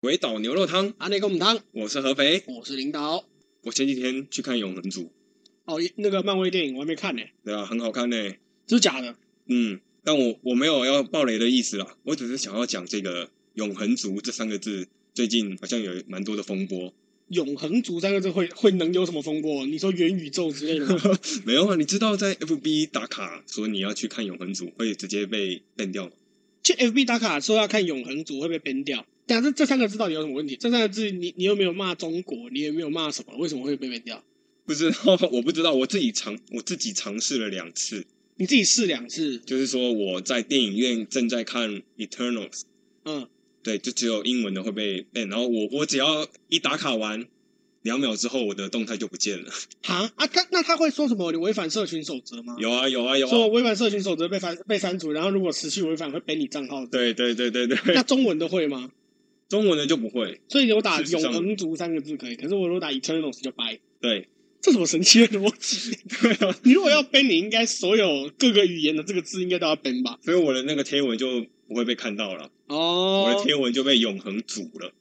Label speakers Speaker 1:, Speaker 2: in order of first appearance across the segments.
Speaker 1: 鬼岛牛肉汤，
Speaker 2: 阿内跟我们汤，
Speaker 1: 我是合肥。
Speaker 2: 我是领导。
Speaker 1: 我前几天去看《永恒族》，
Speaker 2: 哦，那个漫威电影我还没看呢、
Speaker 1: 对啊，很好看呢、
Speaker 2: 这是假的？
Speaker 1: 嗯，但我我没有要暴雷的意思啦，我只是想要讲这个“永恒族”这三个字，最近好像有蛮多的风波。
Speaker 2: 永恒族三个字会会能有什么风波？你说元宇宙之类的吗？
Speaker 1: 没有啊，你知道在 FB 打卡说你要去看《永恒族》会直接被 ban 掉吗？
Speaker 2: 去 FB 打卡说要看永恒族会被编掉，但这这三个字到底有什么问题？这三个字你你又没有骂中国，你也没有骂什么，为什么会被编掉？
Speaker 1: 不知道， 我不知道，我自己尝我自己尝试了两次，
Speaker 2: 你自己试两次，
Speaker 1: 就是说我在电影院正在看《Eternals》，
Speaker 2: 嗯，
Speaker 1: 对，就只有英文的会被 ban，然后我我只要一打卡完，两秒之后我的动态就不见了。
Speaker 2: 哈啊，他那他会说什么？你违反社群守则吗？
Speaker 1: 有啊有啊有
Speaker 2: 说
Speaker 1: 啊，
Speaker 2: 违反社群守则被删被删除，然后如果持续违反会 ban 你账号的。
Speaker 1: 对对对对对
Speaker 2: 那，中文的会吗？
Speaker 1: 中文的就不会，
Speaker 2: 所以我打
Speaker 1: 事实上
Speaker 2: 永恒族三个字可以，可是我如果打 Eternals 就掰。
Speaker 1: 对
Speaker 2: 这什么神奇的逻辑？
Speaker 1: 对啊，
Speaker 2: 你如果要 ban，你应该所有各个语言的这个字应该都要 ban 吧？
Speaker 1: 所以我的那个贴文就不会被看到了，我的
Speaker 2: 哦，
Speaker 1: 贴文就被永恒阻了。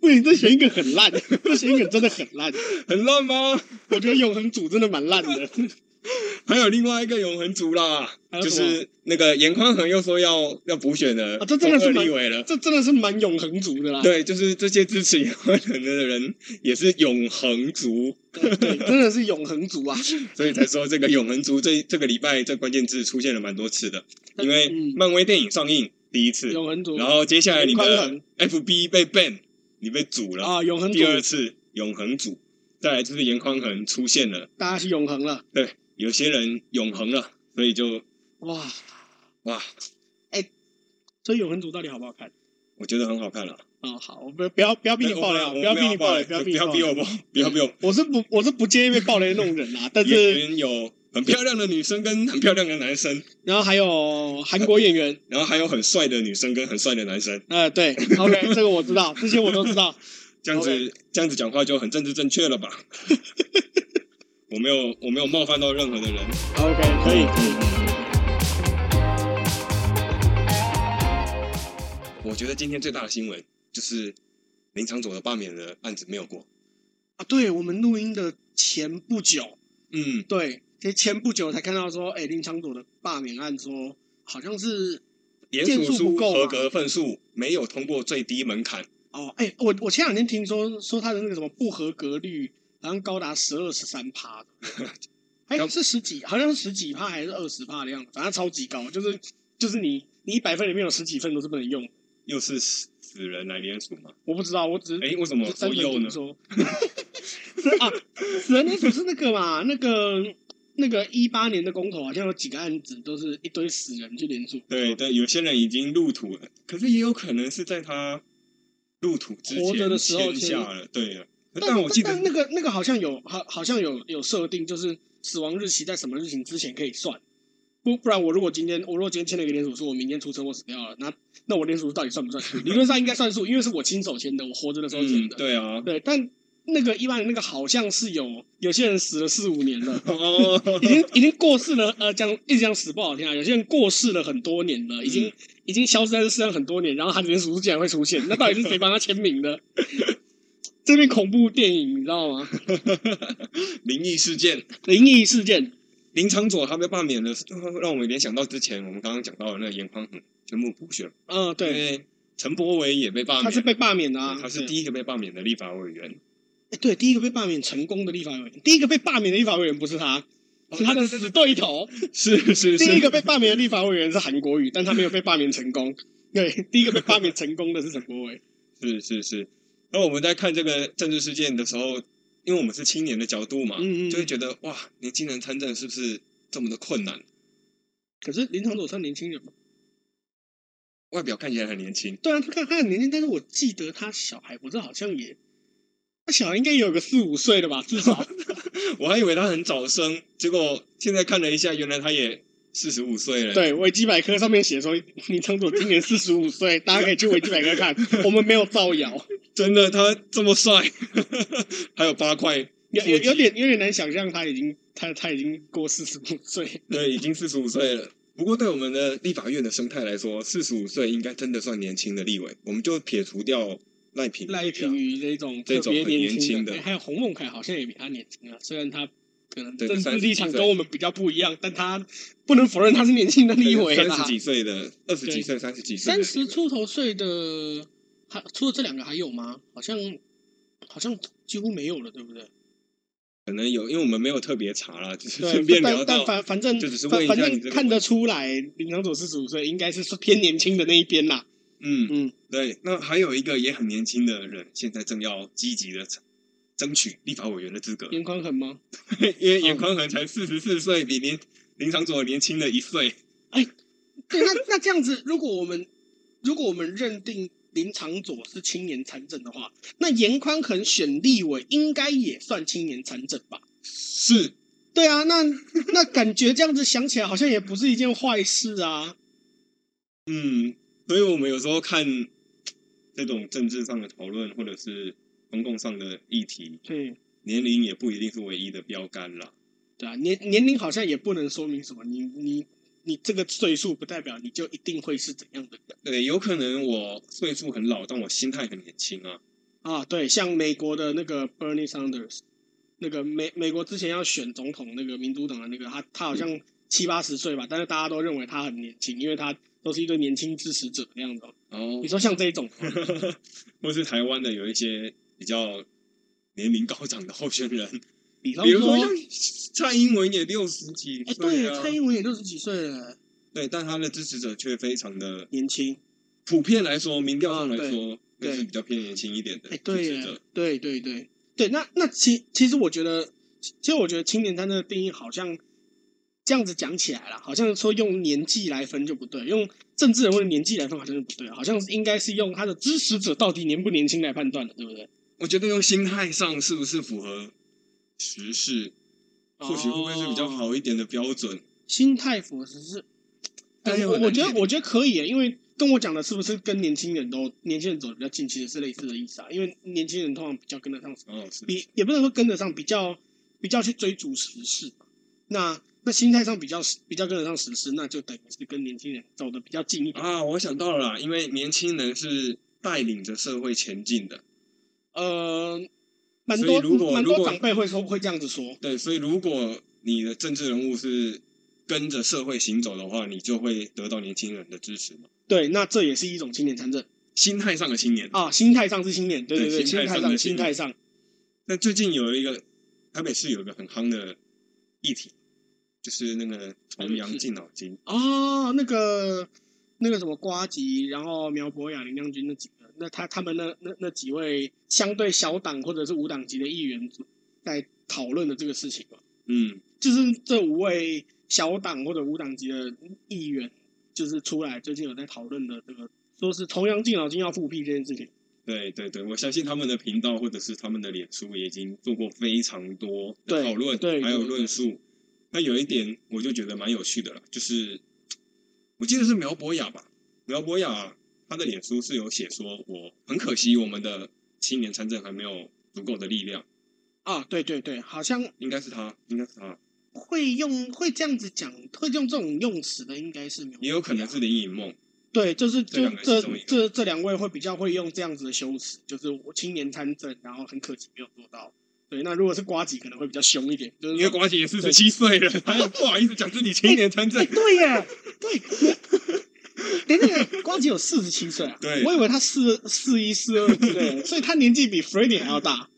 Speaker 2: 不行，这选一个很烂，这选一个真的很烂。
Speaker 1: 很烂吗？
Speaker 2: 我觉得永恒组真的蛮烂的。
Speaker 1: 还有另外一个永恒族啦
Speaker 2: 还，有
Speaker 1: 就
Speaker 2: 什么
Speaker 1: 是那个严宽恒又说要要补选了，
Speaker 2: 啊这真的是
Speaker 1: 中二
Speaker 2: 蛮
Speaker 1: 立委了。
Speaker 2: 这真的是蛮永恒族的啦。
Speaker 1: 对，就是这些支持严宽恒的人也是永恒族，
Speaker 2: 对对，真的是永恒 族啊！
Speaker 1: 所以才说这个永恒族这这个礼拜这关键字出现了蛮多次的，因为
Speaker 2: 嗯
Speaker 1: 漫威电影上映第一次，
Speaker 2: 永恒族，
Speaker 1: 然后接下来你
Speaker 2: 宽
Speaker 1: 的
Speaker 2: 恒
Speaker 1: FB 被 ban，你被阻了。
Speaker 2: 啊，永恒族
Speaker 1: 第，二次永恒组，再来就是严宽恒出现了，
Speaker 2: 大家是永恒了，
Speaker 1: 对，有些人永恒了，所以就
Speaker 2: 哇！哎
Speaker 1: 哇，
Speaker 2: 所以永恒族到底好不好看？
Speaker 1: 我觉得很好看了。
Speaker 2: 啊，好，我不不要不要逼你爆
Speaker 1: 料，我
Speaker 2: 料，不
Speaker 1: 们
Speaker 2: 要逼你爆料，
Speaker 1: 不
Speaker 2: 不要
Speaker 1: 要
Speaker 2: 逼你爆
Speaker 1: 逼
Speaker 2: 料
Speaker 1: 我。爆，不要逼我。
Speaker 2: 我是不我是不介意被爆雷的那种人 啊，但
Speaker 1: 演
Speaker 2: 是
Speaker 1: 员有很漂亮的女生跟很漂亮的男生，
Speaker 2: 然后还有韩国演员，
Speaker 1: 然后还有很帅的女生跟很帅的男生，
Speaker 2: 呃， 对，OK，这个我知道，这些我都知道。
Speaker 1: 这样子
Speaker 2: OK
Speaker 1: 这样子讲话就很政治正确了吧？ 我没有我没有冒犯到任何的人。
Speaker 2: OK，可以，可以。
Speaker 1: 我觉得今天最大的新闻就是林长佐的罢免的案子没有过。
Speaker 2: 啊，对我们录音的前不久，
Speaker 1: 嗯，
Speaker 2: 对，其实前不久才看到说，哎，林长佐的罢免案说好像是
Speaker 1: 联
Speaker 2: 件
Speaker 1: 署
Speaker 2: 数不
Speaker 1: 书
Speaker 2: 够
Speaker 1: 合
Speaker 2: 嘛
Speaker 1: 格份数没有通过最低门槛，
Speaker 2: 哦，哎，我我前两天听说说他的那个什么不合格率好像高达十二十三 趴，哎、
Speaker 1: 刚
Speaker 2: 是十几，好像是十几趴还是二十趴的样子，反正超级高，就是就是你你一百份里面有十几份都是不能用的，
Speaker 1: 又是死死人来联署嘛？
Speaker 2: 我不知道，我只是
Speaker 1: 哎、为什么
Speaker 2: 就
Speaker 1: 说
Speaker 2: 单纯
Speaker 1: 又
Speaker 2: 听
Speaker 1: 呢？
Speaker 2: 说 啊，死人那组是那个嘛，那个那个一八年的公投好像有几个案子都是一堆死人去连署，
Speaker 1: 对对，有些人已经入土了，可是也有可能是在他入土之
Speaker 2: 活着
Speaker 1: 前
Speaker 2: 的时候
Speaker 1: 签
Speaker 2: 签
Speaker 1: 下了。对了，
Speaker 2: 但
Speaker 1: 但我记得
Speaker 2: 但那个那个好像有好好像有有设定，就是死亡日期在什么日期之前可以算，不不然我如果今天我如果今天签了一个联署，说我明天出车祸死掉了，那那我联署到底算不算数？ 理论上应该算数，因为是我亲手签的，我活着的时候签
Speaker 1: 嗯，
Speaker 2: 的。
Speaker 1: 对啊，。
Speaker 2: 对，但那个一般的那个好像是有有些人死了四五年了
Speaker 1: 哦，
Speaker 2: 已经已经过世了，呃，讲一直讲死不好听啊，有些人过世了很多年了，已经、
Speaker 1: 嗯
Speaker 2: 已经消失在这世上很多年，然后他的联署书竟然会出 现，那到底是谁帮他签名的？这边恐怖电影你知道吗？
Speaker 1: 灵异事件，
Speaker 2: 灵异事件
Speaker 1: 林长佐他被罢免了，让我们联想到之前我们刚刚讲到的那个严宽恒全部补选，
Speaker 2: 嗯，
Speaker 1: 因
Speaker 2: 对，
Speaker 1: 为陈柏惟也被罢免，
Speaker 2: 他是被罢免的啊
Speaker 1: 对，他是第一个被罢免的立法委员，
Speaker 2: 对对第一个被罢免成功的立法委员，第一个被罢免的立法委员不是他，是他的死哦对头。
Speaker 1: 是是是，
Speaker 2: 第一个被罢免的立法委员是韩国瑜，但他没有被罢免成功。对， 第一个被罢免成功的是陈国伟。
Speaker 1: 是是是。那我们在看这个政治事件的时候，因为我们是青年的角度嘛，
Speaker 2: 嗯嗯嗯
Speaker 1: 就会觉得哇，年轻人参政是不是这么的困难？
Speaker 2: 可是林长佐算年轻人吗？
Speaker 1: 外表看起来很年轻，
Speaker 2: 对啊，他看他很年轻，但是我记得他小孩，我这好像也，他小孩应该也有个四五岁的吧，至少。
Speaker 1: 我还以为他很早生，结果现在看了一下，原来他也四十五岁了。，
Speaker 2: 对，维基百科上面写说林长佐今年四十五岁，大家可以去维基百科看，我们没有造谣。
Speaker 1: 真的他这么帅， 还有八块，
Speaker 2: 有有有点有点难想象，他已经他他已经过四十五岁，
Speaker 1: 对，已经四十五岁了。不过，对我们的立法院的生态来说，四十五岁应该真的算年轻的立委。我们就撇除掉赖平，
Speaker 2: 赖平宇啊这种
Speaker 1: 这
Speaker 2: 特
Speaker 1: 种
Speaker 2: 别
Speaker 1: 很年轻
Speaker 2: 轻
Speaker 1: 的
Speaker 2: 哎还有洪孟凯好像也比他年轻啊，虽然他可能
Speaker 1: 对
Speaker 2: 政治
Speaker 1: 37
Speaker 2: 立场
Speaker 1: 岁
Speaker 2: 跟我们比较不一样，但他不能否认他是年轻的立委
Speaker 1: 三
Speaker 2: 啦
Speaker 1: 十。几岁的、二十几
Speaker 2: 对
Speaker 1: 岁、三十几岁的
Speaker 2: 三
Speaker 1: 立委、
Speaker 2: 十出头岁的，还除了这两个还有吗？好像好像几乎没有了，对不 对？
Speaker 1: 可能有，因为我们没有特别查啦，就是
Speaker 2: 对
Speaker 1: 顺，便聊
Speaker 2: 但但
Speaker 1: 到。
Speaker 2: 反反正
Speaker 1: 就只是问
Speaker 2: 反
Speaker 1: 一下你
Speaker 2: 反正
Speaker 1: 这个
Speaker 2: 看得出来，林长佐四十五岁，应该是偏年轻的那一边啦。
Speaker 1: 嗯
Speaker 2: 嗯，
Speaker 1: 对。那还有一个也很年轻的人，现在正要积极的争取立法委员的资格，
Speaker 2: 严宽很吗？
Speaker 1: 因为 严宽恒才四十四岁，比林林长佐年轻了一岁。
Speaker 2: 对，那那这样子，如果我们如果我们认定林长佐是青年参政的话，那严宽肯选立委应该也算青年参政吧？
Speaker 1: 是，
Speaker 2: 对啊，那那感觉这样子想起来，好像也不是一件坏事啊。
Speaker 1: 嗯，所以我们有时候看这种政治上的讨论，或者是公共上的议题，
Speaker 2: 对
Speaker 1: 年龄也不一定是唯一的标杆啦。
Speaker 2: 对啊，年年龄好像也不能说明什么，你你你这个岁数不代表你就一定会是怎样的人
Speaker 1: 对，有可能我岁数很老，但我心态很年轻啊。
Speaker 2: 啊。对，像美国的那个 Bernie Sanders，那个美美国之前要选总统那个民主党的那个他，他好像
Speaker 1: 嗯
Speaker 2: 七八十岁吧，但是大家都认为他很年轻，因为他都是一堆年轻支持者那样的哦。
Speaker 1: 哦
Speaker 2: 你，说像这 一种，
Speaker 1: 或是台湾的有一些比较年龄高涨的候选人，
Speaker 2: 比方
Speaker 1: 比如说像
Speaker 2: 哎、
Speaker 1: 蔡英文也六十几岁
Speaker 2: 对，
Speaker 1: 啊
Speaker 2: 蔡，英文也六十几岁了，
Speaker 1: 对，但他的支持者却非常的
Speaker 2: 年轻。
Speaker 1: 普遍来说，民调上来说，
Speaker 2: 啊对
Speaker 1: 那是比较偏年轻一点的
Speaker 2: 哎，
Speaker 1: 支
Speaker 2: 对
Speaker 1: 持
Speaker 2: 耶
Speaker 1: 者。，
Speaker 2: 对对对对，那那其其实我觉得，其其实我觉得青年参的定义好像这样子讲起来了，好像说用年纪来分就不对，用政治人物的年纪来分好像就不对，好像应该是用他的支持者到底年不年轻来判断的，对不对？
Speaker 1: 我觉得用心态上是不是符合时事，或许会不会是比较
Speaker 2: 哦？
Speaker 1: 好一点的标准？
Speaker 2: 心态符合是
Speaker 1: 但
Speaker 2: 对
Speaker 1: 是
Speaker 2: 我我觉
Speaker 1: 很
Speaker 2: 得我觉得可以耶，因为跟我讲的是不是跟年轻人都年轻人走的比较近，其实是类似的意思啊。因为年轻人通常比较跟得上
Speaker 1: 哦是
Speaker 2: 比也不能说跟得上，比较比较去追逐时事嘛。那那心态上比较比较跟得上时事，那就等于是跟年轻人走的比较近一点。
Speaker 1: 啊，我想到了啦，因为年轻人是带领着社会前进的，
Speaker 2: 呃，蛮
Speaker 1: 所以
Speaker 2: 多
Speaker 1: 如果
Speaker 2: 蛮
Speaker 1: 如
Speaker 2: 多
Speaker 1: 果
Speaker 2: 长辈会说会这样子说，
Speaker 1: 对，所以如果你的政治人物是跟着社会行走的话，你就会得到年轻人的支持嘛。
Speaker 2: 对，那这也是一种青年参政
Speaker 1: 心态上的青年
Speaker 2: 啊，心态上是青年，对
Speaker 1: 对
Speaker 2: 对，
Speaker 1: 心
Speaker 2: 心
Speaker 1: 态上
Speaker 2: 态
Speaker 1: 的
Speaker 2: 上
Speaker 1: 青
Speaker 2: 心
Speaker 1: 年
Speaker 2: 态上，
Speaker 1: 那最近有一个台北市有一个很夯的议题，就是那个重阳敬脑筋。
Speaker 2: 哦，那个那个什么瓜吉，然后苗博雅、林亮君那几个，那他他们那那那几位相对小党或者是无党籍的议员在讨论的这个事情吧，
Speaker 1: 嗯，
Speaker 2: 就是这五位小党或者无党籍的议员，就是出来最近有在讨论的这个，说是重阳敬老金要复辟这件事情。
Speaker 1: 对对对，我相信他们的频道或者是他们的脸书也已经做过非常多的
Speaker 2: 对
Speaker 1: 讨论，
Speaker 2: 对
Speaker 1: 还有
Speaker 2: 对
Speaker 1: 论述。那有一点我就觉得蛮有趣的了，就是我记得是苗博雅吧，苗博雅她的脸书是有写说，我很可惜我们的青年参政还没有足够的力量，
Speaker 2: 啊，对对对，好像
Speaker 1: 应该是她，应该是她，
Speaker 2: 会用会这样子讲，会用这种用词的，应该是没有，
Speaker 1: 也有可能是林颖梦。
Speaker 2: 对，就是
Speaker 1: 这
Speaker 2: 就
Speaker 1: 两个
Speaker 2: 这
Speaker 1: 其中一个
Speaker 2: 这这两位会比较会用这样子的修辞，就是我青年参政，然后很可惜没有做到。对，那如果是瓜吉，可能会比较凶一点，就是
Speaker 1: 因为
Speaker 2: 说
Speaker 1: 瓜姐也四十七岁了， 她也不好意思讲自己青年参
Speaker 2: 哎、
Speaker 1: 政。
Speaker 2: 对耶，对，连那个瓜吉有四十七岁啊，
Speaker 1: 对
Speaker 2: 我以为他四四一四二之类的，所以他年纪比 Freddy 还要大，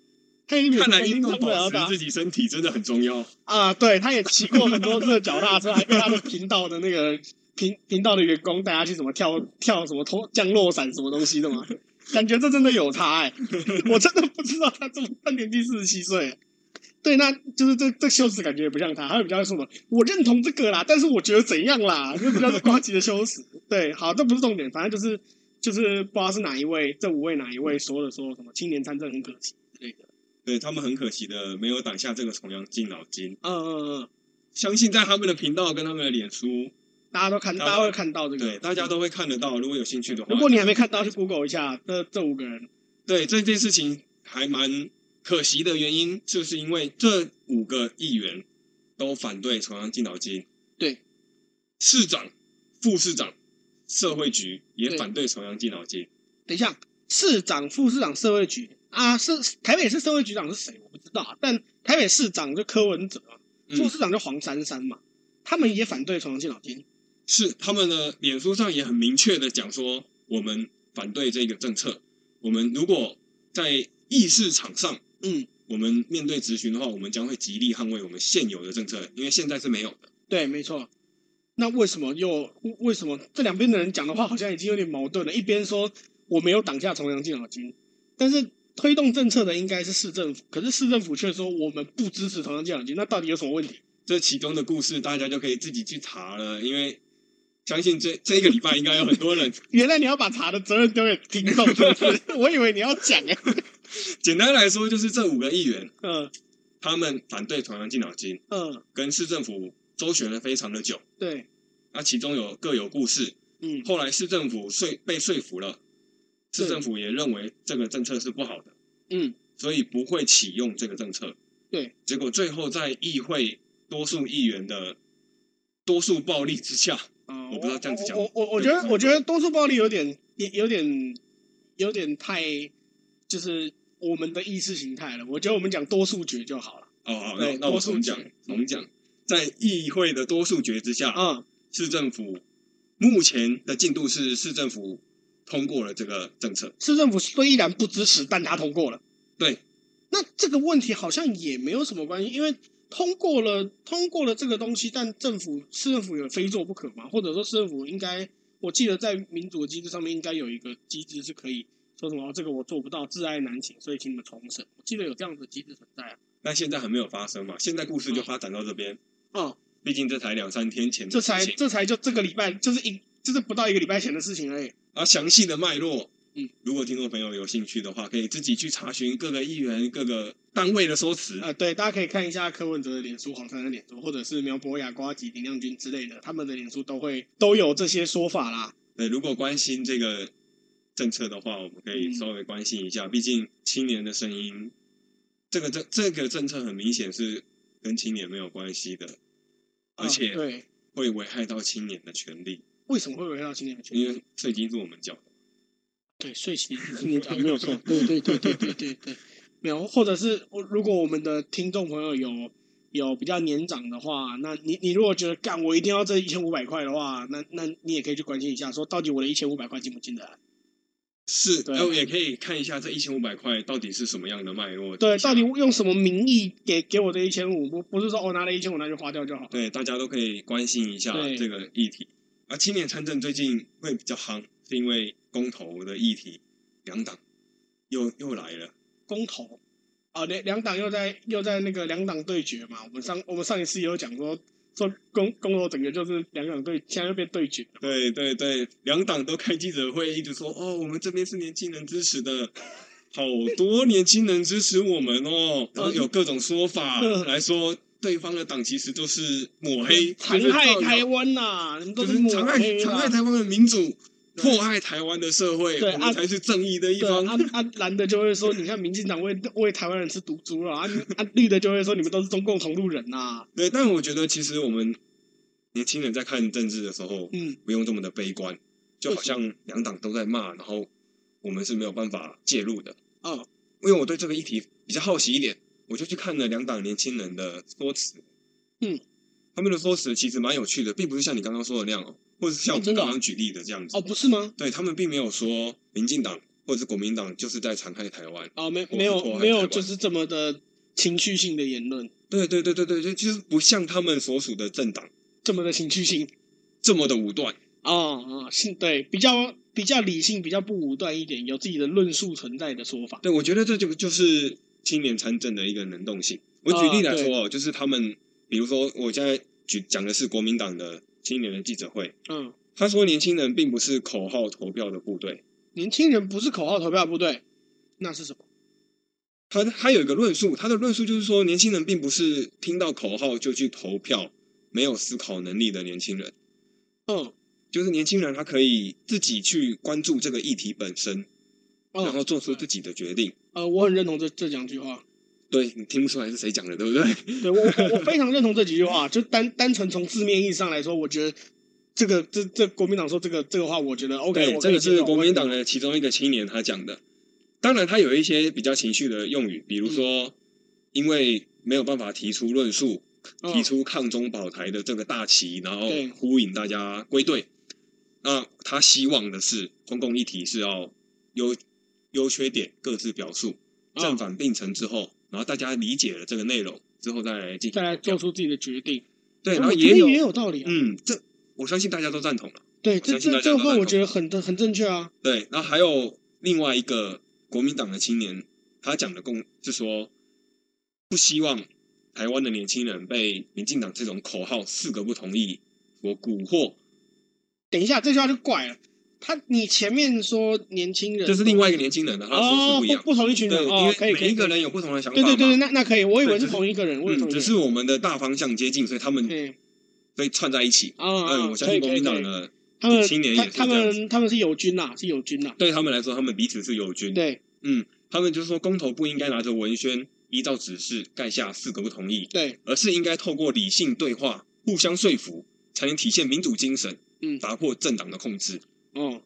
Speaker 2: 他年纪比啊
Speaker 1: 看来
Speaker 2: Freddy
Speaker 1: 运动
Speaker 2: 还要
Speaker 1: 保持
Speaker 2: 大
Speaker 1: 自己身体真的很重要。
Speaker 2: 啊，对，他也骑过很多次脚踏车，还跟他的频道的那个频频道的员工带他去什么跳跳什么脱降落伞什么东西的嘛，感觉这真的有差哎、 我真的不知道他这么他年纪四十七岁。欸对，那就是这这修辞感觉也不像他，他会比较说什么我认同这个啦，但是我觉得怎样啦，就比较是瓜吉的修辞。对，好，这不是重点，反正就是就是不知道是哪一位，这五位哪一位说的说什么青年参政很可惜之类的。
Speaker 1: 对他们很可惜的没有打下这个重阳敬老金，
Speaker 2: 嗯嗯嗯，
Speaker 1: 相信在他们的频道跟他们的脸书，
Speaker 2: 大家都看，
Speaker 1: 大
Speaker 2: 大
Speaker 1: 家
Speaker 2: 家会看到这个，
Speaker 1: 对大家都会看得到。如果有兴趣的话，
Speaker 2: 如果你还没看到，去 Google 一下这这五个人。
Speaker 1: 对这件事情还蛮可惜的原因，就是因为这五个议员都反对重阳敬老金。
Speaker 2: 对，
Speaker 1: 市长、副市长、社会局也
Speaker 2: 对
Speaker 1: 反对重阳敬老街。
Speaker 2: 等一下，市长、副市长、社会局啊，是台北市社会局长是谁我不知道啊，但台北市长就柯文哲啊，副
Speaker 1: 嗯，
Speaker 2: 市长就黄珊珊嘛，他们也反对重阳敬老金。
Speaker 1: 是他们的脸书上也很明确的讲说，我们反对这个政策。我们如果在议事场上，
Speaker 2: 嗯，
Speaker 1: 我们面对质询的话，我们将会极力捍卫我们现有的政策，因为现在是没有的。
Speaker 2: 对，没错。那为什么又为为什么这两边的人讲的话好像已经有点矛盾了？一边说我没有挡下重阳敬老金，但是推动政策的应该是市政府，可是市政府却说我们不支持重阳敬老金，那到底有什么问题？
Speaker 1: 这其中的故事，大家就可以自己去查了，因为相信这这一个礼拜应该有很多人。
Speaker 2: 原来你要把查的责任丢给听众，是不是？我以为你要讲哎、
Speaker 1: 简单来说，就是这五个议员
Speaker 2: 嗯
Speaker 1: 他们反对重阳敬老金，
Speaker 2: 嗯，
Speaker 1: 跟市政府周旋了非常的久。
Speaker 2: 对，
Speaker 1: 那其中有各有故事，
Speaker 2: 嗯
Speaker 1: 后来市政府说被说服了，市政府也认为这个政策是不好的，
Speaker 2: 嗯，
Speaker 1: 所以不会启用这个政策。
Speaker 2: 对，
Speaker 1: 结果最后在议会多数议员的多数暴力之下，
Speaker 2: 啊
Speaker 1: 我不知道这样子讲
Speaker 2: 我我我我觉
Speaker 1: 对不
Speaker 2: 得
Speaker 1: 对
Speaker 2: 我觉得多数暴力有点有有点有点太就是我们的意识形态了。我觉得我们讲多数决就好了。
Speaker 1: 哦，哦那
Speaker 2: 对
Speaker 1: 那我
Speaker 2: 多数
Speaker 1: 重讲
Speaker 2: 决
Speaker 1: 重讲，在议会的多数决之下，
Speaker 2: 嗯，
Speaker 1: 市政府目前的进度是市政府通过了这个政策，
Speaker 2: 市政府虽然不支持，但他通过了。
Speaker 1: 对，
Speaker 2: 那这个问题好像也没有什么关系，因为通过了通过了这个东西，但政府市政府有非做不可嘛？或者说市政府应该，我记得在民主的机制上面应该有一个机制是可以说什么、哦、这个我做不到，自爱难行，所以请你们重审。我记得有这样子的机制存在啊。
Speaker 1: 但现在还没有发生嘛，现在故事就发展到这边，
Speaker 2: 嗯，
Speaker 1: 毕竟这才两三天前
Speaker 2: 这
Speaker 1: 的
Speaker 2: 才
Speaker 1: 哦事情，
Speaker 2: 这才就这个礼拜，就是一就是不到一个礼拜前的事情而已。
Speaker 1: 而详细的脉络，
Speaker 2: 嗯，
Speaker 1: 如果听众朋友有兴趣的话，可以自己去查询各个议员、各个单位的说辞。
Speaker 2: 啊、对，大家可以看一下柯文哲的脸书、黄珊珊的脸书，或者是苗博雅、瓜吉、林亮君之类的，他们的脸书都会都有这些说法啦。
Speaker 1: 对，如果关心这个政策的话，我们可以
Speaker 2: 嗯
Speaker 1: 稍微关心一下，毕竟青年的声音，这个政这个政策很明显是跟青年没有关系的，而
Speaker 2: 啊
Speaker 1: 且
Speaker 2: 对，
Speaker 1: 会危害到青年的权利，
Speaker 2: 为什么会围绕青年权
Speaker 1: 因为税金是我们缴的。
Speaker 2: 对，睡醒青年 奖没有错。对对对对对对对，没有，或者是我如果我们的听众朋友有有比较年长的话，那你你如果觉得干我一定要这一千五百块的话，那那你也可以去关心一下，说到底我的一千五百块进不进得来。
Speaker 1: 是，
Speaker 2: 对
Speaker 1: 然后也可以看一下这一千五百块到底是什么样的脉络。
Speaker 2: 对，到底用什么名义给给我这一千五？不不是说我、哦、拿了一千五拿去花掉就好。
Speaker 1: 对大家都可以关心一下
Speaker 2: 对
Speaker 1: 这个议题。而青年参政最近会比较夯，是因为公投的议题，两党又又来了。
Speaker 2: 公投啊，两两党又在又在那个两党对决嘛。我们上我们上一次也有讲说说公公投整个就是两党对，现在又变对决了。
Speaker 1: 对对对，两党都开记者会，一直说哦，我们这边是年轻人支持的，好多年轻人支持我们哦，然后有各种说法
Speaker 2: 嗯
Speaker 1: 来说，对方的党其实都是抹黑，
Speaker 2: 残
Speaker 1: 就是
Speaker 2: 害
Speaker 1: 造谣
Speaker 2: 台湾呐、你们都
Speaker 1: 就是是
Speaker 2: 抹
Speaker 1: 残害
Speaker 2: 黑
Speaker 1: 残害
Speaker 2: 啦。
Speaker 1: 台湾的民主，
Speaker 2: 对
Speaker 1: 迫害台湾的社会，
Speaker 2: 对
Speaker 1: 我
Speaker 2: 啊
Speaker 1: 们才是正义的一
Speaker 2: 对啊
Speaker 1: 方。
Speaker 2: 啊，蓝的就会说，你看民进党为为台湾人吃毒猪了啊啊，绿的就会说你们都是中共同路人呐、
Speaker 1: 对，但我觉得其实我们年轻人在看政治的时候，
Speaker 2: 嗯，
Speaker 1: 不用这么的悲观，就好像两党都在骂，然后我们是没有办法介入的。啊
Speaker 2: 哦，
Speaker 1: 因为我对这个议题比较好奇一点，我就去看了两党年轻人的说辞。
Speaker 2: 嗯，
Speaker 1: 他们的说辞其实蛮有趣的，并不是像你刚刚说的那样哦，或者是像我
Speaker 2: 哦真
Speaker 1: 们
Speaker 2: 的哦
Speaker 1: 刚刚举例的这样子。
Speaker 2: 哦，不是吗？
Speaker 1: 对他们并没有说民进党或者是国民党就是在残害台湾。
Speaker 2: 哦，没
Speaker 1: 我
Speaker 2: 没
Speaker 1: 我
Speaker 2: 有
Speaker 1: 还
Speaker 2: 没
Speaker 1: 台
Speaker 2: 有，
Speaker 1: 湾
Speaker 2: 就是这么的情绪性的言论，
Speaker 1: 对对对对对，就就是不像他们所属的政党
Speaker 2: 这么的情绪性。
Speaker 1: 这么的武断。
Speaker 2: 哦哦，是对，比较比较理性，比较不武断一点，有自己的论述存在的说法。
Speaker 1: 对，我觉得这就就是青年参政的一个能动性。我举例来说哦，就是他们，比如说我现在举讲的是国民党的青年的记者会，
Speaker 2: 嗯，
Speaker 1: 他说年轻人并不是口号投票的部队，
Speaker 2: 年轻人不是口号投票部队，那是什么？
Speaker 1: 他他有一个论述，他的论述就是说年轻人并不是听到口号就去投票，没有思考能力的年轻人。
Speaker 2: 嗯
Speaker 1: 就是年轻人，他可以自己去关注这个议题本身，然
Speaker 2: 嗯
Speaker 1: 后做出自己的决定。
Speaker 2: 呃，我很认同这这两句话，
Speaker 1: 对你听不出来是谁讲的，对不对？
Speaker 2: 啊对我我我非常认同这几句话。就单单纯从字面意义上来说，我觉得这个这这国民党说这个这个话，我觉得 OK，
Speaker 1: 对，
Speaker 2: 我
Speaker 1: 这
Speaker 2: 可以
Speaker 1: 个
Speaker 2: 接
Speaker 1: 是
Speaker 2: 受
Speaker 1: 国民党的其中一个青年他讲的。当然，他有一些比较情绪的用语，比如
Speaker 2: 嗯
Speaker 1: 说，因为没有办法提出论述，
Speaker 2: 嗯
Speaker 1: 提出抗中保台的这个大旗，然后
Speaker 2: 对
Speaker 1: 呼引大家归队。那他希望的是，中共一体是要优优缺点各自表述，
Speaker 2: 嗯
Speaker 1: 正反并成之后，然后大家理解了这个内容之后再来进
Speaker 2: 嗯再
Speaker 1: 行
Speaker 2: 来做出自己的决定。
Speaker 1: 嗯对，
Speaker 2: 我
Speaker 1: 然后
Speaker 2: 觉
Speaker 1: 也
Speaker 2: 得
Speaker 1: 有
Speaker 2: 也有道理啊。
Speaker 1: 嗯，这我相信大家都赞同了。
Speaker 2: 对，
Speaker 1: 相
Speaker 2: 这
Speaker 1: 信
Speaker 2: 这
Speaker 1: 大家
Speaker 2: 这
Speaker 1: 都
Speaker 2: 个话
Speaker 1: 赞
Speaker 2: 我
Speaker 1: 同
Speaker 2: 觉得很很正确啊。
Speaker 1: 对，然后还有另外一个国民党的青年，他讲的共是说，不希望台湾的年轻人被民进党这种口号“四个不同意”所蛊惑，
Speaker 2: 等一下，这句话就怪了。他你前面说年轻人，
Speaker 1: 这是另外一个年轻人啊的，他的说
Speaker 2: 哦
Speaker 1: 是不一样。
Speaker 2: 不同一群
Speaker 1: 对，
Speaker 2: 人
Speaker 1: 因
Speaker 2: 哦，可以
Speaker 1: 为
Speaker 2: 可
Speaker 1: 每
Speaker 2: 以
Speaker 1: 一
Speaker 2: 可
Speaker 1: 个
Speaker 2: 以。
Speaker 1: 人有不同的想法
Speaker 2: 对
Speaker 1: 嘛。
Speaker 2: 对对，那那可以，我以
Speaker 1: 对
Speaker 2: 为是
Speaker 1: 只是
Speaker 2: 同一个人，我以为同
Speaker 1: 嗯，
Speaker 2: 一个
Speaker 1: 只
Speaker 2: 人。
Speaker 1: 是我们的大方向接近，所以他们
Speaker 2: 嗯
Speaker 1: 被串在一起。
Speaker 2: 啊啊，
Speaker 1: 嗯，
Speaker 2: 啊
Speaker 1: 我相信国
Speaker 2: 可以可以
Speaker 1: 民
Speaker 2: 可
Speaker 1: 党
Speaker 2: 以
Speaker 1: 的
Speaker 2: 他们
Speaker 1: 青年也
Speaker 2: 他
Speaker 1: 是
Speaker 2: 他
Speaker 1: 这样
Speaker 2: 们他们是友军呐，是友军呐。
Speaker 1: 对他们来说，他们彼此是友军。
Speaker 2: 对
Speaker 1: 嗯，他们就说公投不应该拿着文宣依照指示盖下四个不同意，
Speaker 2: 对，
Speaker 1: 而是应该透过理性对话、互相说服，才能体现民主精神，
Speaker 2: 嗯
Speaker 1: 打破政党的控制。嗯
Speaker 2: 哦，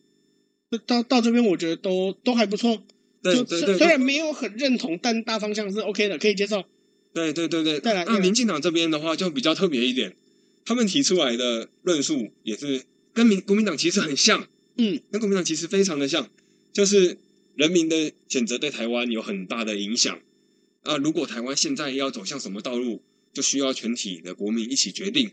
Speaker 2: 那到到这边我觉得都都还不错，
Speaker 1: 对
Speaker 2: 就
Speaker 1: 对
Speaker 2: 虽
Speaker 1: 对对
Speaker 2: 虽然没有很认同，但大方向是 OK 的，可以接受。
Speaker 1: 对对对对。
Speaker 2: 再来再
Speaker 1: 那
Speaker 2: 来
Speaker 1: 民进党这边的话就比较特别一点，他们提出来的论述也是跟民国民党其实很像，
Speaker 2: 嗯，
Speaker 1: 跟国民党其实非常的像，就是人民的选择对台湾有很大的影响。啊，如果台湾现在要走向什么道路，就需要全体的国民一起决定，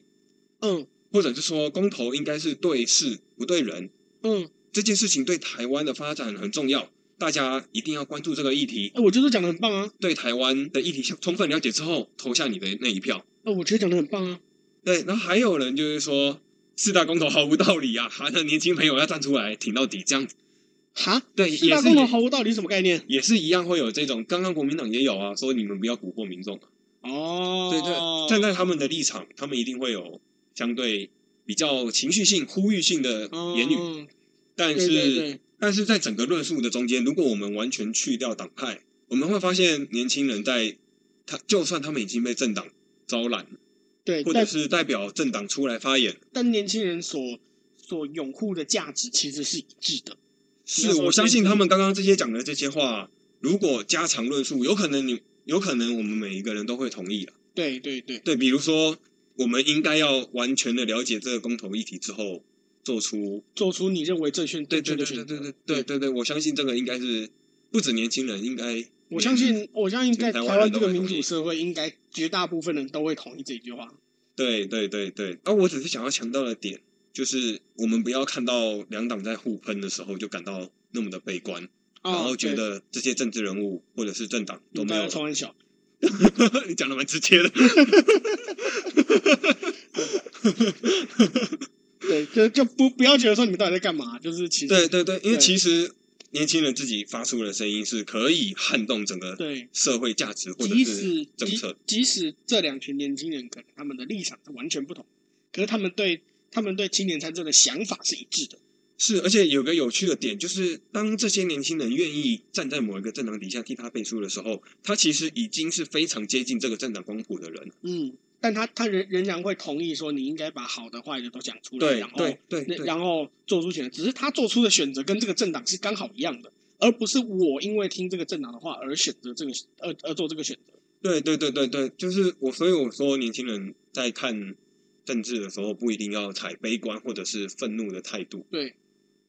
Speaker 2: 嗯
Speaker 1: 或者是说公投应该是对事不对人，
Speaker 2: 嗯，
Speaker 1: 这件事情对台湾的发展很重要，大家一定要关注这个议题。
Speaker 2: 哎我觉得讲的很棒啊，
Speaker 1: 对台湾的议题充分了解之后，投下你的那一票。
Speaker 2: 哎我觉得讲的很棒啊。
Speaker 1: 对，然后还有人就是说四大公投毫无道理啊， 喊的年轻朋友要站出来挺到底，这样子
Speaker 2: 哈，
Speaker 1: 对
Speaker 2: 四
Speaker 1: 也
Speaker 2: 大
Speaker 1: 是
Speaker 2: 公投毫无道理是什么概念？
Speaker 1: 也是一样会有这种。刚刚国民党也有啊，说你们不要蛊惑民众啊。
Speaker 2: 哦，
Speaker 1: 对对，站在他们的立场，他们一定会有相对比较情绪性、呼吁性的言语，
Speaker 2: 哦
Speaker 1: 但
Speaker 2: 对
Speaker 1: 是。
Speaker 2: 对对，
Speaker 1: 但是在整个论述的中间，如果我们完全去掉党派，我们会发现年轻人在他就算他们已经被政党招揽，
Speaker 2: 对，
Speaker 1: 或者
Speaker 2: 但
Speaker 1: 是代表政党出来发言，
Speaker 2: 但年轻人所所拥护的价值其实是一致的。
Speaker 1: 是我相信他们刚刚这些讲的这些话，如果加长论述，有可能你有可能我们每一个人都会同意了。
Speaker 2: 对对对，
Speaker 1: 对，比如说我们应该要完全的了解这个公投议题之后，做出
Speaker 2: 做出你认为正确
Speaker 1: 对
Speaker 2: 正
Speaker 1: 对
Speaker 2: 确的
Speaker 1: 对
Speaker 2: 选
Speaker 1: 对
Speaker 2: 择
Speaker 1: 对。对对对对，我相信这个应该是不止年轻人，应该
Speaker 2: 我相信，我相信在台
Speaker 1: 台
Speaker 2: 湾
Speaker 1: 湾
Speaker 2: 这
Speaker 1: 人
Speaker 2: 个
Speaker 1: 都会
Speaker 2: 民
Speaker 1: 同
Speaker 2: 主
Speaker 1: 意
Speaker 2: 社会，应该绝大部分人都会同意这句话。
Speaker 1: 对对对对，啊，我只是想要强调的点就是，我们不要看到两党在互喷的时候就感到那么的悲观，
Speaker 2: 哦
Speaker 1: 然后觉
Speaker 2: 对
Speaker 1: 得这些政治人物或者是政党都
Speaker 2: 你
Speaker 1: 没
Speaker 2: 大
Speaker 1: 有
Speaker 2: 家。从很小，
Speaker 1: 你讲的蛮直 接的，
Speaker 2: 对，就就不不要觉得说你们到底在干嘛，就是其实
Speaker 1: 对对对，因为
Speaker 2: 对
Speaker 1: 其实年轻人自己发出的声音是可以撼动整个
Speaker 2: 对
Speaker 1: 社会价值或者
Speaker 2: 即
Speaker 1: 是
Speaker 2: 使
Speaker 1: 政
Speaker 2: 即
Speaker 1: 策
Speaker 2: 即使这两群年轻人可能他们的立场是完全不同，可是他们对他们对青年参政的想法是一致的。
Speaker 1: 是，而且有个有趣的点就是，当这些年轻人愿意站在某一个政党底下替他背书的时候，他其实已经是非常接近这个政党光谱的人了。
Speaker 2: 嗯，但他他仍仍然会同意说你应该把好的坏的都讲出来，
Speaker 1: 对
Speaker 2: 然后
Speaker 1: 对对对，
Speaker 2: 然后做出选择，只是他做出的选择跟这个政党是刚好一样的，而不是我因为听这个政党的话而选择这个而而做这个选择。
Speaker 1: 对对对对对，就是我，所以我说年轻人在看政治的时候，不一定要采悲观或者是愤怒的态度。
Speaker 2: 对，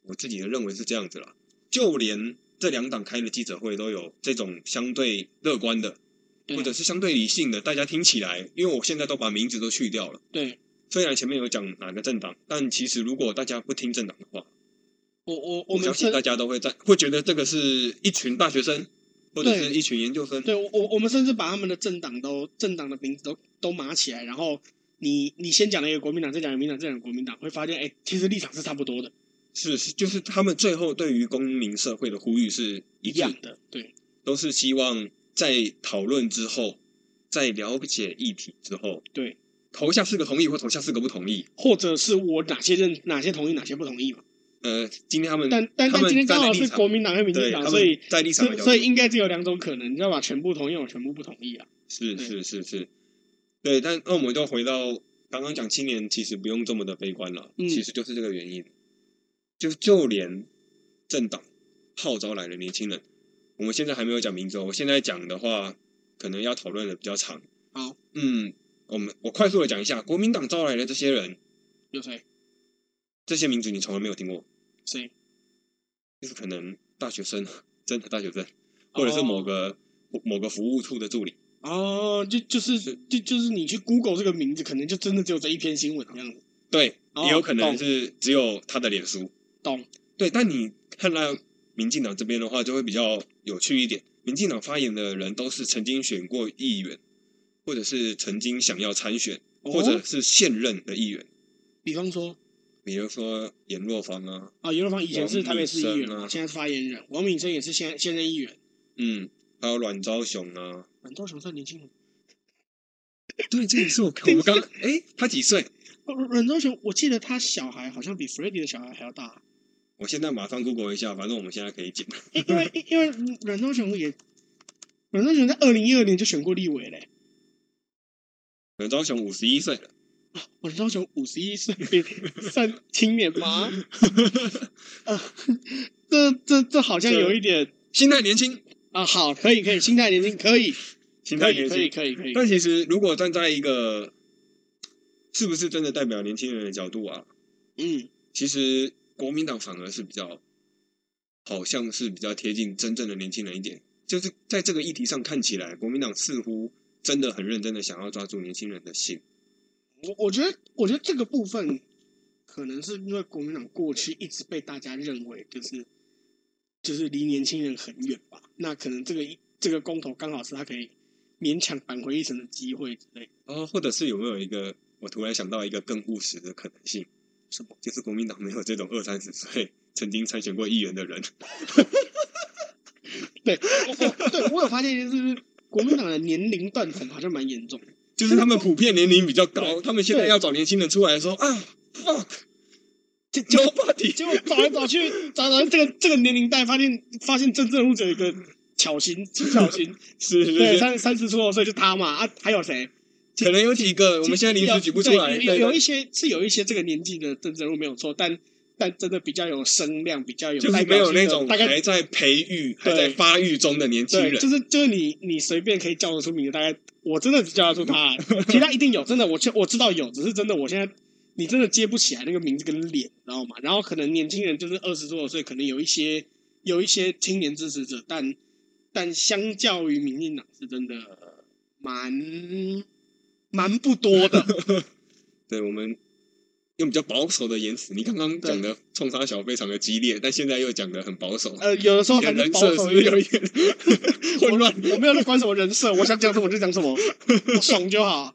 Speaker 1: 我自己的认为是这样子啦。就连这两党开的记者会都有这种相对乐观的，
Speaker 2: 对
Speaker 1: 或者是相对理性的，大家听起来，因为我现在都把名字都去掉了。
Speaker 2: 对
Speaker 1: 虽然前面有讲哪个政党，但其实如果大家不听政党的话，
Speaker 2: 我我
Speaker 1: 我
Speaker 2: 我们
Speaker 1: 相信
Speaker 2: 甚
Speaker 1: 大家都会在会觉得这个是一群大学生或者
Speaker 2: 对
Speaker 1: 是一群研究生。
Speaker 2: 对我我我们甚至把他们的政党都政党的名字都都码起来，然后你你先讲了一个国民党，再讲一个民党，再讲一个国民党，会发现哎，其实立场是差不多的，
Speaker 1: 是是，就是他们最后对于公民社会的呼吁是
Speaker 2: 一
Speaker 1: 一致
Speaker 2: 样
Speaker 1: 的，
Speaker 2: 的。对
Speaker 1: 都是希望在讨论之后，在了解议题之后，
Speaker 2: 对，
Speaker 1: 投下四个同意或投下四个不同意。
Speaker 2: 或者是我哪些认哪些同意，哪些不同意嘛。
Speaker 1: 呃，今天他们
Speaker 2: 但但
Speaker 1: 他
Speaker 2: 但
Speaker 1: 们
Speaker 2: 今天刚
Speaker 1: 站
Speaker 2: 好
Speaker 1: 在立
Speaker 2: 是
Speaker 1: 场
Speaker 2: 国民党跟民进
Speaker 1: 对，
Speaker 2: 党，
Speaker 1: 他
Speaker 2: 所以
Speaker 1: 们在立场的
Speaker 2: 所
Speaker 1: 角
Speaker 2: 所以
Speaker 1: 度
Speaker 2: 应该只有两种可能，你要把全部同意，我全部不同意啊。
Speaker 1: 是
Speaker 2: 对
Speaker 1: 是是是，对，但那我们就回到刚刚讲青年其实不用这么的悲观了，
Speaker 2: 嗯
Speaker 1: 其实就是这个原因，就就连政党号召来的年轻人，我们现在还没有讲明州，我现在讲的话可能要讨论的比较长。
Speaker 2: 好，
Speaker 1: 嗯，我们我快速的讲一下，国民党招来的这些人，
Speaker 2: 有谁？
Speaker 1: 这些名字你从来没有听过，
Speaker 2: 谁？
Speaker 1: 就是可能大学生， 真的大学生，或者是某个、某个服务处的助理，
Speaker 2: 哦，就就是
Speaker 1: 是
Speaker 2: 就就是你去 Google 这个名字，可能就真的只有这一篇新闻的样子。
Speaker 1: 对，
Speaker 2: 哦
Speaker 1: 也有可能
Speaker 2: 懂
Speaker 1: 是只有他的脸书。
Speaker 2: 懂？
Speaker 1: 对，但你看到民进党这边的话，就会比较有趣一点。民进党发言的人都是曾经选过议员，或者是曾经想要参选，或者
Speaker 2: 哦、
Speaker 1: 是现任的议员，
Speaker 2: 比方说
Speaker 1: 比如说严若芳啊，
Speaker 2: 啊，袁若芳以前是台北市议
Speaker 1: 王敏
Speaker 2: 员
Speaker 1: 生
Speaker 2: 嘛，
Speaker 1: 啊
Speaker 2: 现在是发言人。王敏生也是现现任议员。
Speaker 1: 嗯，还有阮昭雄啊。
Speaker 2: 阮昭雄算年轻人。
Speaker 1: 对，这也是我 看我刚哎，他几岁？
Speaker 2: 哦阮昭雄，我记得他小孩好像比 f r e d d y 的小孩还要大。
Speaker 1: 我现在马上 Google 一下，反正我们现在可以剪。
Speaker 2: 因因为因为嗯阮昭雄也，阮昭雄在二零一二年就选过立委嘞。
Speaker 1: 阮昭雄五十一岁了，
Speaker 2: 啊，阮昭雄五十一岁 算青年吗？啊，这这这好像
Speaker 1: 这
Speaker 2: 有一点
Speaker 1: 心态年轻，
Speaker 2: 啊。好，可以可以，心态年轻，可以
Speaker 1: 心
Speaker 2: 可
Speaker 1: 态
Speaker 2: 以
Speaker 1: 年
Speaker 2: 可以
Speaker 1: 轻。
Speaker 2: 可以可以。
Speaker 1: 但其实如果站在一个是不是真的代表年轻人的角度啊，
Speaker 2: 嗯，
Speaker 1: 其实国民党反而是比较，好像是比较贴近真正的年轻人一点。就是在这个议题上看起来，国民党似乎真的很认真的想要抓住年轻人的心。
Speaker 2: 我我觉得我觉得这个部分可能是因为国民党过去一直被大家认为就是就是离年轻人很远吧。那可能这个一这个公投刚好是他可以勉强扳回一城的机会之类的。
Speaker 1: 哦，或者是有没有一个，我突然想到一个更务实的可能性，
Speaker 2: 什么？
Speaker 1: 就是国民党没有这种二三十岁曾经参选过议员的人。
Speaker 2: 我对我有发现一件事，就是国民党的年龄断层好像蛮严重的。
Speaker 1: 就是他们普遍年龄比较高，
Speaker 2: 对
Speaker 1: 他们现在要找年轻人出来说啊，fuck，
Speaker 2: 结结
Speaker 1: 交
Speaker 2: 果
Speaker 1: 话题，
Speaker 2: 结果找来找去，找来这个这个年龄带，发现发现真正人物只有一个巧型，秦巧型，
Speaker 1: 是是
Speaker 2: 对，
Speaker 1: 是，
Speaker 2: 三三十出头岁就他嘛啊，还有谁？
Speaker 1: 可能有几个我们现在临时举不出来，
Speaker 2: 对
Speaker 1: 对
Speaker 2: 有有一些是有一些这个年纪的政治人物没有错，但但真的比较有声量，比较有
Speaker 1: 就是
Speaker 2: 代
Speaker 1: 没
Speaker 2: 表
Speaker 1: 有
Speaker 2: 性的
Speaker 1: 那种
Speaker 2: 大概
Speaker 1: 还在培育、还
Speaker 2: 对
Speaker 1: 在发育中的年轻
Speaker 2: 对，
Speaker 1: 人
Speaker 2: 就。是就是你你随便可以叫得出名字，大概我真的只叫得出他，
Speaker 1: 嗯
Speaker 2: 其他一定有，真的我确我知道有，只是真的我现在你真的接不起来那个名字跟脸，知道吗？然后可能年轻人就是二十多岁，可能有一些有一些青年支持者，但但相较于民进党是真的呃蛮蛮不 多的，
Speaker 1: 对我们用比较保守的言辞，你刚刚讲的冲杀小非常的激烈，但现在又讲的很保守，
Speaker 2: 呃，有的时候
Speaker 1: 你
Speaker 2: 还
Speaker 1: 的
Speaker 2: 是
Speaker 1: 人
Speaker 2: 保
Speaker 1: 设是
Speaker 2: 守
Speaker 1: 不
Speaker 2: 一
Speaker 1: 是
Speaker 2: 点
Speaker 1: 有一点混乱？
Speaker 2: 我没有在管什么人设，我想讲什么就讲什么，我爽就好。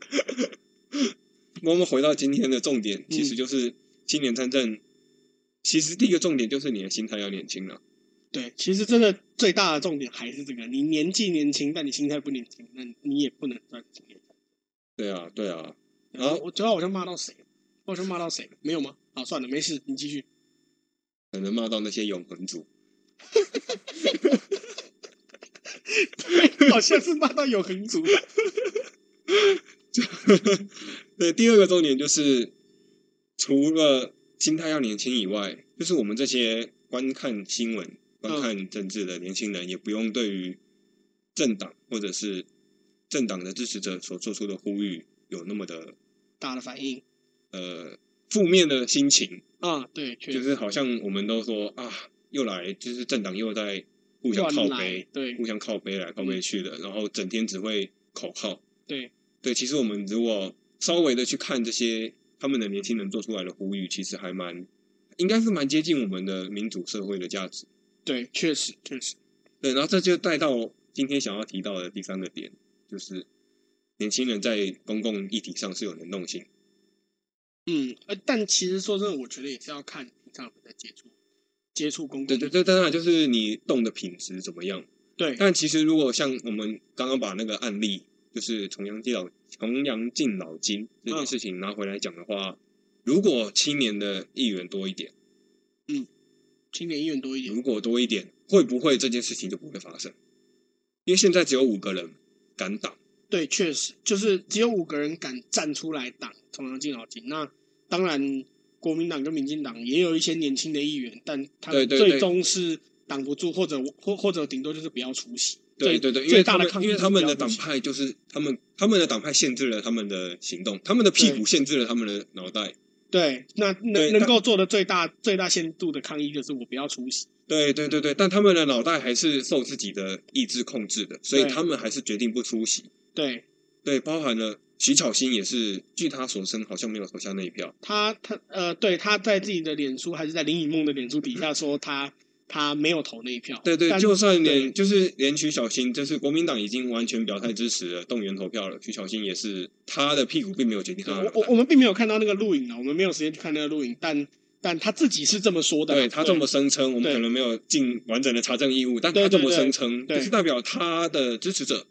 Speaker 1: 我们回到今天的重点，其
Speaker 2: 嗯
Speaker 1: 实就是青年参政。其实第一个重点就是你的心态要年轻了。啊
Speaker 2: 对，其实真的最大的重点还是这个，你年纪年轻，但你心态不年轻，那你也不能算青年。
Speaker 1: 对啊，对啊，
Speaker 2: 然后我最后好像骂到谁，我好像骂到谁，没有吗？好，算了，没事，你继续。
Speaker 1: 可能骂到那些永恒族。
Speaker 2: 好像是骂到有恒族。
Speaker 1: 对，第二个重点就是，除了心态要年轻以外，就是我们这些观看新闻、观
Speaker 2: 嗯
Speaker 1: 看政治的年轻人，也不用对于政党或者是政党的支持者所做出的呼吁有那么的
Speaker 2: 大的反应
Speaker 1: 呃负面的心情，
Speaker 2: 啊，对，确
Speaker 1: 就
Speaker 2: 实
Speaker 1: 是好像我们都说啊，又来就是政党又在互相靠
Speaker 2: 乱来
Speaker 1: 背，，
Speaker 2: 对
Speaker 1: 互相靠背来靠背去的，然后整天只会口号。
Speaker 2: 对，
Speaker 1: 对，其实我们如果稍微的去看这些他们的年轻人做出来的呼吁，其实还蛮，应该是蛮接近我们的民主社会的价值。
Speaker 2: 对，确实确实，
Speaker 1: 对，然后这就带到今天想要提到的第三个点，就是年轻人在公共议题上是有能动性。
Speaker 2: 嗯，呃，但其实说真的，我觉得也是要看平常我们在接触接触公共
Speaker 1: 对对对，当然就是你动的品质怎么样。
Speaker 2: 对
Speaker 1: 但其实如果像我们刚刚把那个案例，就是重阳敬老重阳敬老金这
Speaker 2: 嗯
Speaker 1: 件事情拿回来讲的话，如果青年的议员多一点。
Speaker 2: 青年意愿多一点，
Speaker 1: 如果多一点，会不会这件事情就不会发生？因为现在只有五个人敢挡，
Speaker 2: 对，确实就是只有五个人敢站出来挡重阳敬老金。那当然，国民党跟民进党也有一些年轻的议员，但他们
Speaker 1: 对对对
Speaker 2: 最终是挡不住，或者或或者顶多就是不要出席。
Speaker 1: 对对
Speaker 2: 最
Speaker 1: 对，因
Speaker 2: 最
Speaker 1: 为他
Speaker 2: 大的
Speaker 1: 们
Speaker 2: 抗
Speaker 1: 因
Speaker 2: 议
Speaker 1: 为
Speaker 2: 就是
Speaker 1: 他们
Speaker 2: 不要
Speaker 1: 的
Speaker 2: 出
Speaker 1: 党
Speaker 2: 席
Speaker 1: 派就是他们他们的党派限制了他们的行动，他们的屁
Speaker 2: 对
Speaker 1: 股限制了他们的脑袋。
Speaker 2: 对，那
Speaker 1: 对
Speaker 2: 能能
Speaker 1: 但
Speaker 2: 够做的最大最大限度的抗议就是我不要出席。
Speaker 1: 对对对对，但他们的脑袋还是受自己的意志控制的，所以
Speaker 2: 对
Speaker 1: 他们还是决定不出席。
Speaker 2: 对
Speaker 1: 对，包含了徐巧芯也是，据他所称好像没有投下那一票。
Speaker 2: 他，他呃，对，他在自己的脸书还是在林以梦的脸书底下说他他没有投那一票。
Speaker 1: 对对，
Speaker 2: 但
Speaker 1: 就算
Speaker 2: 对
Speaker 1: 连就是连徐巧芯，就是国民党已经完全表态支持了，动员投票了，徐巧芯也是他的屁股并没有决定他的
Speaker 2: 我
Speaker 1: 脑
Speaker 2: 我
Speaker 1: 袋。
Speaker 2: 我们并没有看到那个录影啊，我们没有时间去看那个录影，但但他自己是这么说的啊，
Speaker 1: 对他这么声称，我们
Speaker 2: 对
Speaker 1: 可能没有尽完整的查证义务，但
Speaker 2: 对
Speaker 1: 他这
Speaker 2: 对
Speaker 1: 么
Speaker 2: 对
Speaker 1: 声称，
Speaker 2: 对
Speaker 1: 就是代表他的支持者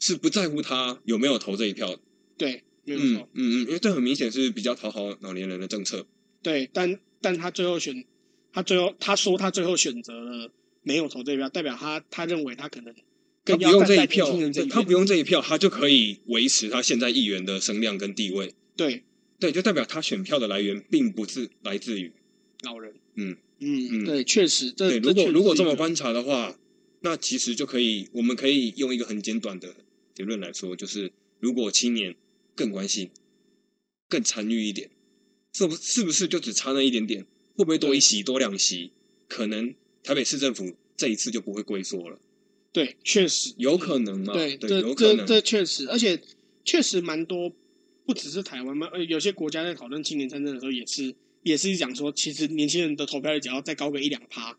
Speaker 1: 是不在乎他有没有投这一票的。
Speaker 2: 对，没有
Speaker 1: 嗯
Speaker 2: 错
Speaker 1: 嗯，嗯，因为这很明显是比较讨好老年人的政策。
Speaker 2: 对，但但他最后选，他最后他说他最后选择了没有投这一票，代表他他认为他可能
Speaker 1: 他
Speaker 2: 更
Speaker 1: 不
Speaker 2: 要
Speaker 1: 用
Speaker 2: 站
Speaker 1: 这
Speaker 2: 在
Speaker 1: 一票
Speaker 2: 年轻人这一，
Speaker 1: 他不
Speaker 2: 边
Speaker 1: 用这一票，他就可以维持他现在议员的声量跟地位。
Speaker 2: 对
Speaker 1: 对，就代表他选票的来源并不是来自于
Speaker 2: 老人，
Speaker 1: 嗯
Speaker 2: 嗯
Speaker 1: 嗯
Speaker 2: 对，确实这
Speaker 1: 对。
Speaker 2: 这
Speaker 1: 如
Speaker 2: 确
Speaker 1: 果
Speaker 2: 实
Speaker 1: 如果
Speaker 2: 是
Speaker 1: 这
Speaker 2: 一
Speaker 1: 么
Speaker 2: 个
Speaker 1: 观察的话，那其实就可以，我们可以用一个很简短的结论来说，就是如果青年更关心、更参与一点，是不是不是就只差那一点点？会不会多一席、多两席？可能台北市政府这一次就不会龟缩了，
Speaker 2: 对确实
Speaker 1: 有可能吗？
Speaker 2: 嗯对，
Speaker 1: 啊有可
Speaker 2: 这这
Speaker 1: 能。
Speaker 2: 这确实，而且确实蛮多，不只是台湾嘛，呃，有些国家在讨论青年参政的时候，也是也是讲说，其实年轻人的投票率只要再高个一两趴，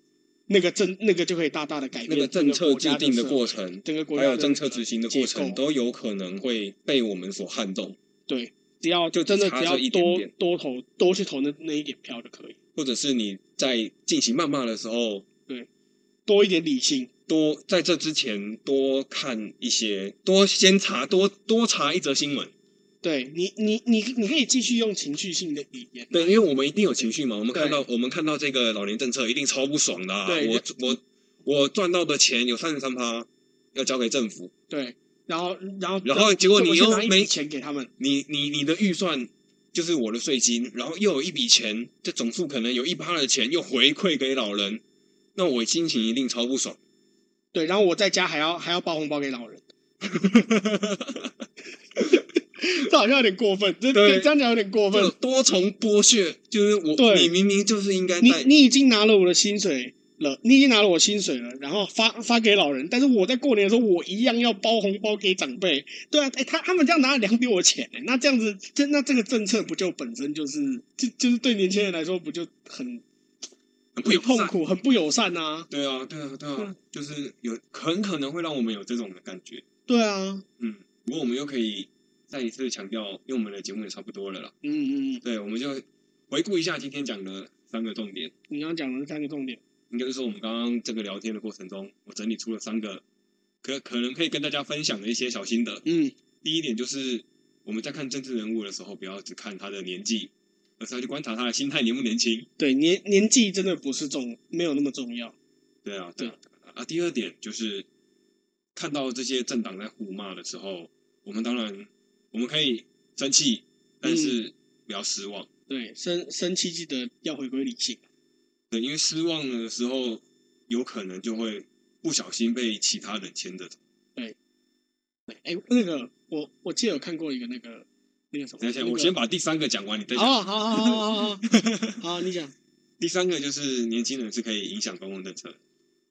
Speaker 2: 那个政那个就可以大大的改
Speaker 1: 那
Speaker 2: 变
Speaker 1: 个
Speaker 2: 整
Speaker 1: 政策
Speaker 2: 国
Speaker 1: 制
Speaker 2: 家
Speaker 1: 定的
Speaker 2: 社
Speaker 1: 过，程，
Speaker 2: 整个国
Speaker 1: 还
Speaker 2: 家
Speaker 1: 有
Speaker 2: 的
Speaker 1: 政策执行的过
Speaker 2: 结
Speaker 1: 程，
Speaker 2: 构
Speaker 1: 都有可能会被我们所撼动，
Speaker 2: 对，只要
Speaker 1: 就
Speaker 2: 真的
Speaker 1: 差
Speaker 2: 只要
Speaker 1: 这一点
Speaker 2: 多
Speaker 1: 点
Speaker 2: 多投多去投那那一点票就可以，
Speaker 1: 或者是你在进行谩骂的时候，
Speaker 2: 多一点理性，
Speaker 1: 多在这之前多看一些，多先查，多多查一则新闻。
Speaker 2: 对你你你你可以继续用情绪性的语言，
Speaker 1: 对，因为我们一定有情绪嘛，我们看到我们看到这个老年政策一定超不爽的、啊。
Speaker 2: 对
Speaker 1: 我我我赚到的钱有三十三趴要交给政府，
Speaker 2: 对，然后然后
Speaker 1: 然后结果你
Speaker 2: 我先
Speaker 1: 又
Speaker 2: 拿一笔
Speaker 1: 没
Speaker 2: 钱给他们，
Speaker 1: 你你你的预算就是我的税金，然后又有一笔钱，这总数可能有一趴的钱又回馈给老人，那我心情一定超不爽。
Speaker 2: 对，然后我在家还要还要包红包给老人，这好像有点过分，这
Speaker 1: 对
Speaker 2: 这这样讲有点过
Speaker 1: 就
Speaker 2: 分。
Speaker 1: 多重剥削，就是我
Speaker 2: 对
Speaker 1: 你明明就是应该
Speaker 2: 你
Speaker 1: 在
Speaker 2: 你已经拿了我的薪水了，你已经拿了我薪水了，然后发发给老人，但是我在过年的时候，我一样要包红包给长辈。对啊，哎，他他们这样拿了两笔我钱、那这样子，这那这个政策不就本身就是就就是对年轻人来说不就很
Speaker 1: 很不
Speaker 2: 很
Speaker 1: 友
Speaker 2: 痛
Speaker 1: 善。
Speaker 2: 苦、很不友善啊？
Speaker 1: 对啊，对啊，对啊
Speaker 2: 嗯，
Speaker 1: 就是有很可能会让我们有这种的感觉。
Speaker 2: 对啊，
Speaker 1: 嗯，不过我们又可以再一次强调，因为我们的节目也差不多了啦。
Speaker 2: 嗯嗯，嗯，
Speaker 1: 对，我们就回顾一下今天讲的三个重点。
Speaker 2: 你刚刚讲的三个重点，
Speaker 1: 应该是说我们刚刚这个聊天的过程中，我整理出了三个可可能可以跟大家分享的一些小心得。
Speaker 2: 嗯，
Speaker 1: 第一点就是我们在看政治人物的时候，不要只看他的年纪，而是要去观察他的心态年不年轻。
Speaker 2: 对，年年纪真的不是重，没有那么重要。
Speaker 1: 对啊，对啊。对啊啊，第二点就是看到这些政党在互骂的时候，我们当然我们可以生气，但
Speaker 2: 嗯
Speaker 1: 是不要失望。
Speaker 2: 对，生生气记得要回归理性。
Speaker 1: 对，因为失望的时候，有可能就会不小心被其他人牵着走。
Speaker 2: 哦哎、那个我我记得有看过一个那个那个什么，
Speaker 1: 等一下，
Speaker 2: 那个
Speaker 1: 我先把第三个讲完，你再讲。
Speaker 2: 哦，好好好好好好，好你讲，
Speaker 1: 第三个就是年轻人是可以影响公共政策，
Speaker 2: 哦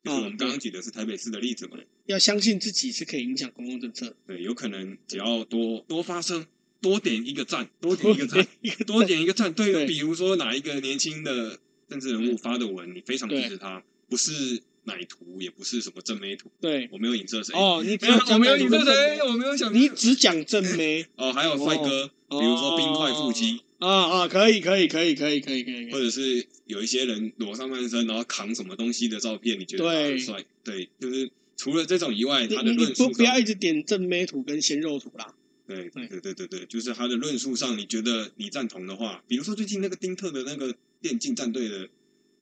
Speaker 1: 就是我们刚刚举的是台北市的例子嘛，
Speaker 2: 要相信自己是可以影响公共政策的。
Speaker 1: 对，有可能只要多多发声，多点一个赞，多点一 个赞，多点一个赞，
Speaker 2: 对
Speaker 1: 对，比如说哪一个年轻的政治人物发的文，你非常支持他，不是奶图，也不是什么正妹图，
Speaker 2: 对，
Speaker 1: 我没有影射谁，
Speaker 2: 哦，你只
Speaker 1: 没有我没有
Speaker 2: 你
Speaker 1: 影射谁，我没有想
Speaker 2: 你只讲正妹，
Speaker 1: 哦，还有帅哥，比如说冰块腹肌，
Speaker 2: 啊啊，可以可以可以可以可以可以，
Speaker 1: 或者是有一些人裸上半身然后扛什么东西的照片，你觉得他
Speaker 2: 对
Speaker 1: 很帅，对，就是除了这种以外，
Speaker 2: 你
Speaker 1: 他的
Speaker 2: 你你
Speaker 1: 论
Speaker 2: 不
Speaker 1: 述
Speaker 2: 不要
Speaker 1: 上，
Speaker 2: 一直点正妹图跟鲜肉图啦，
Speaker 1: 对
Speaker 2: 对
Speaker 1: 对对对对，就是他的论述上，你觉得你赞同的话，比如说最近那个丁特的那个电竞战队的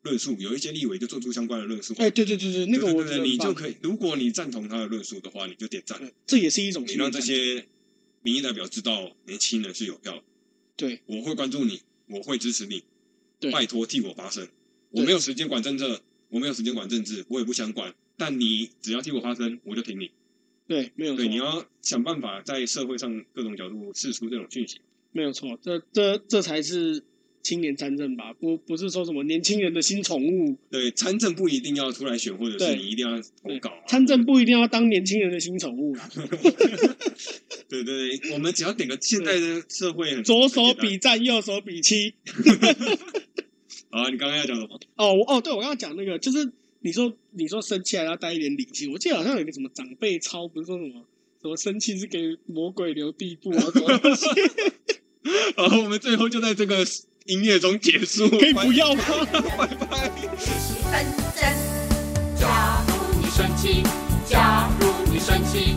Speaker 1: 论述，有一些立委就做出相关的论述，
Speaker 2: 哎，对对对对，那个
Speaker 1: 对
Speaker 2: 我
Speaker 1: 对
Speaker 2: 觉
Speaker 1: 对
Speaker 2: 得
Speaker 1: 你就
Speaker 2: 很棒
Speaker 1: 可以，如果你赞同他的论述的话，你就点赞，
Speaker 2: 对这也是一种
Speaker 1: 你
Speaker 2: 心理
Speaker 1: 让这
Speaker 2: 战争
Speaker 1: 些民意代表知道年轻人是有票的，
Speaker 2: 对
Speaker 1: 我会关注你，我会支持你，
Speaker 2: 对
Speaker 1: 拜托替我发声。我
Speaker 2: 对
Speaker 1: 没有时间管政策，我没有时间管政治，我也不想管。但你只要替我发声，我就挺你。
Speaker 2: 对，没有错
Speaker 1: 对，，你要想办法在社会上各种角度释出这种讯息。
Speaker 2: 没有错，这这这才是青年参政吧？不不是说什么年轻人的新宠物，
Speaker 1: 对，参政不一定要出来选，或者是
Speaker 2: 对
Speaker 1: 你一定要投稿、啊。
Speaker 2: 参政不一定要当年轻人的新宠物啦，
Speaker 1: 对对对，我们只要点个现在的社会很
Speaker 2: 左手比赞，右手比七，
Speaker 1: 啊，你刚刚要讲什么？
Speaker 2: 哦，我哦，对我刚刚讲那个，就是你说你说生气还要带一点理性，我记得好像有一个什么长辈操，不是说什么什么生气是给魔鬼留地步啊，什 么东西
Speaker 1: 然后我们最后就在这个音乐中结束。
Speaker 2: 可以不要吗？
Speaker 1: 拜拜。
Speaker 3: 纷争。假如你生气，假如你生气，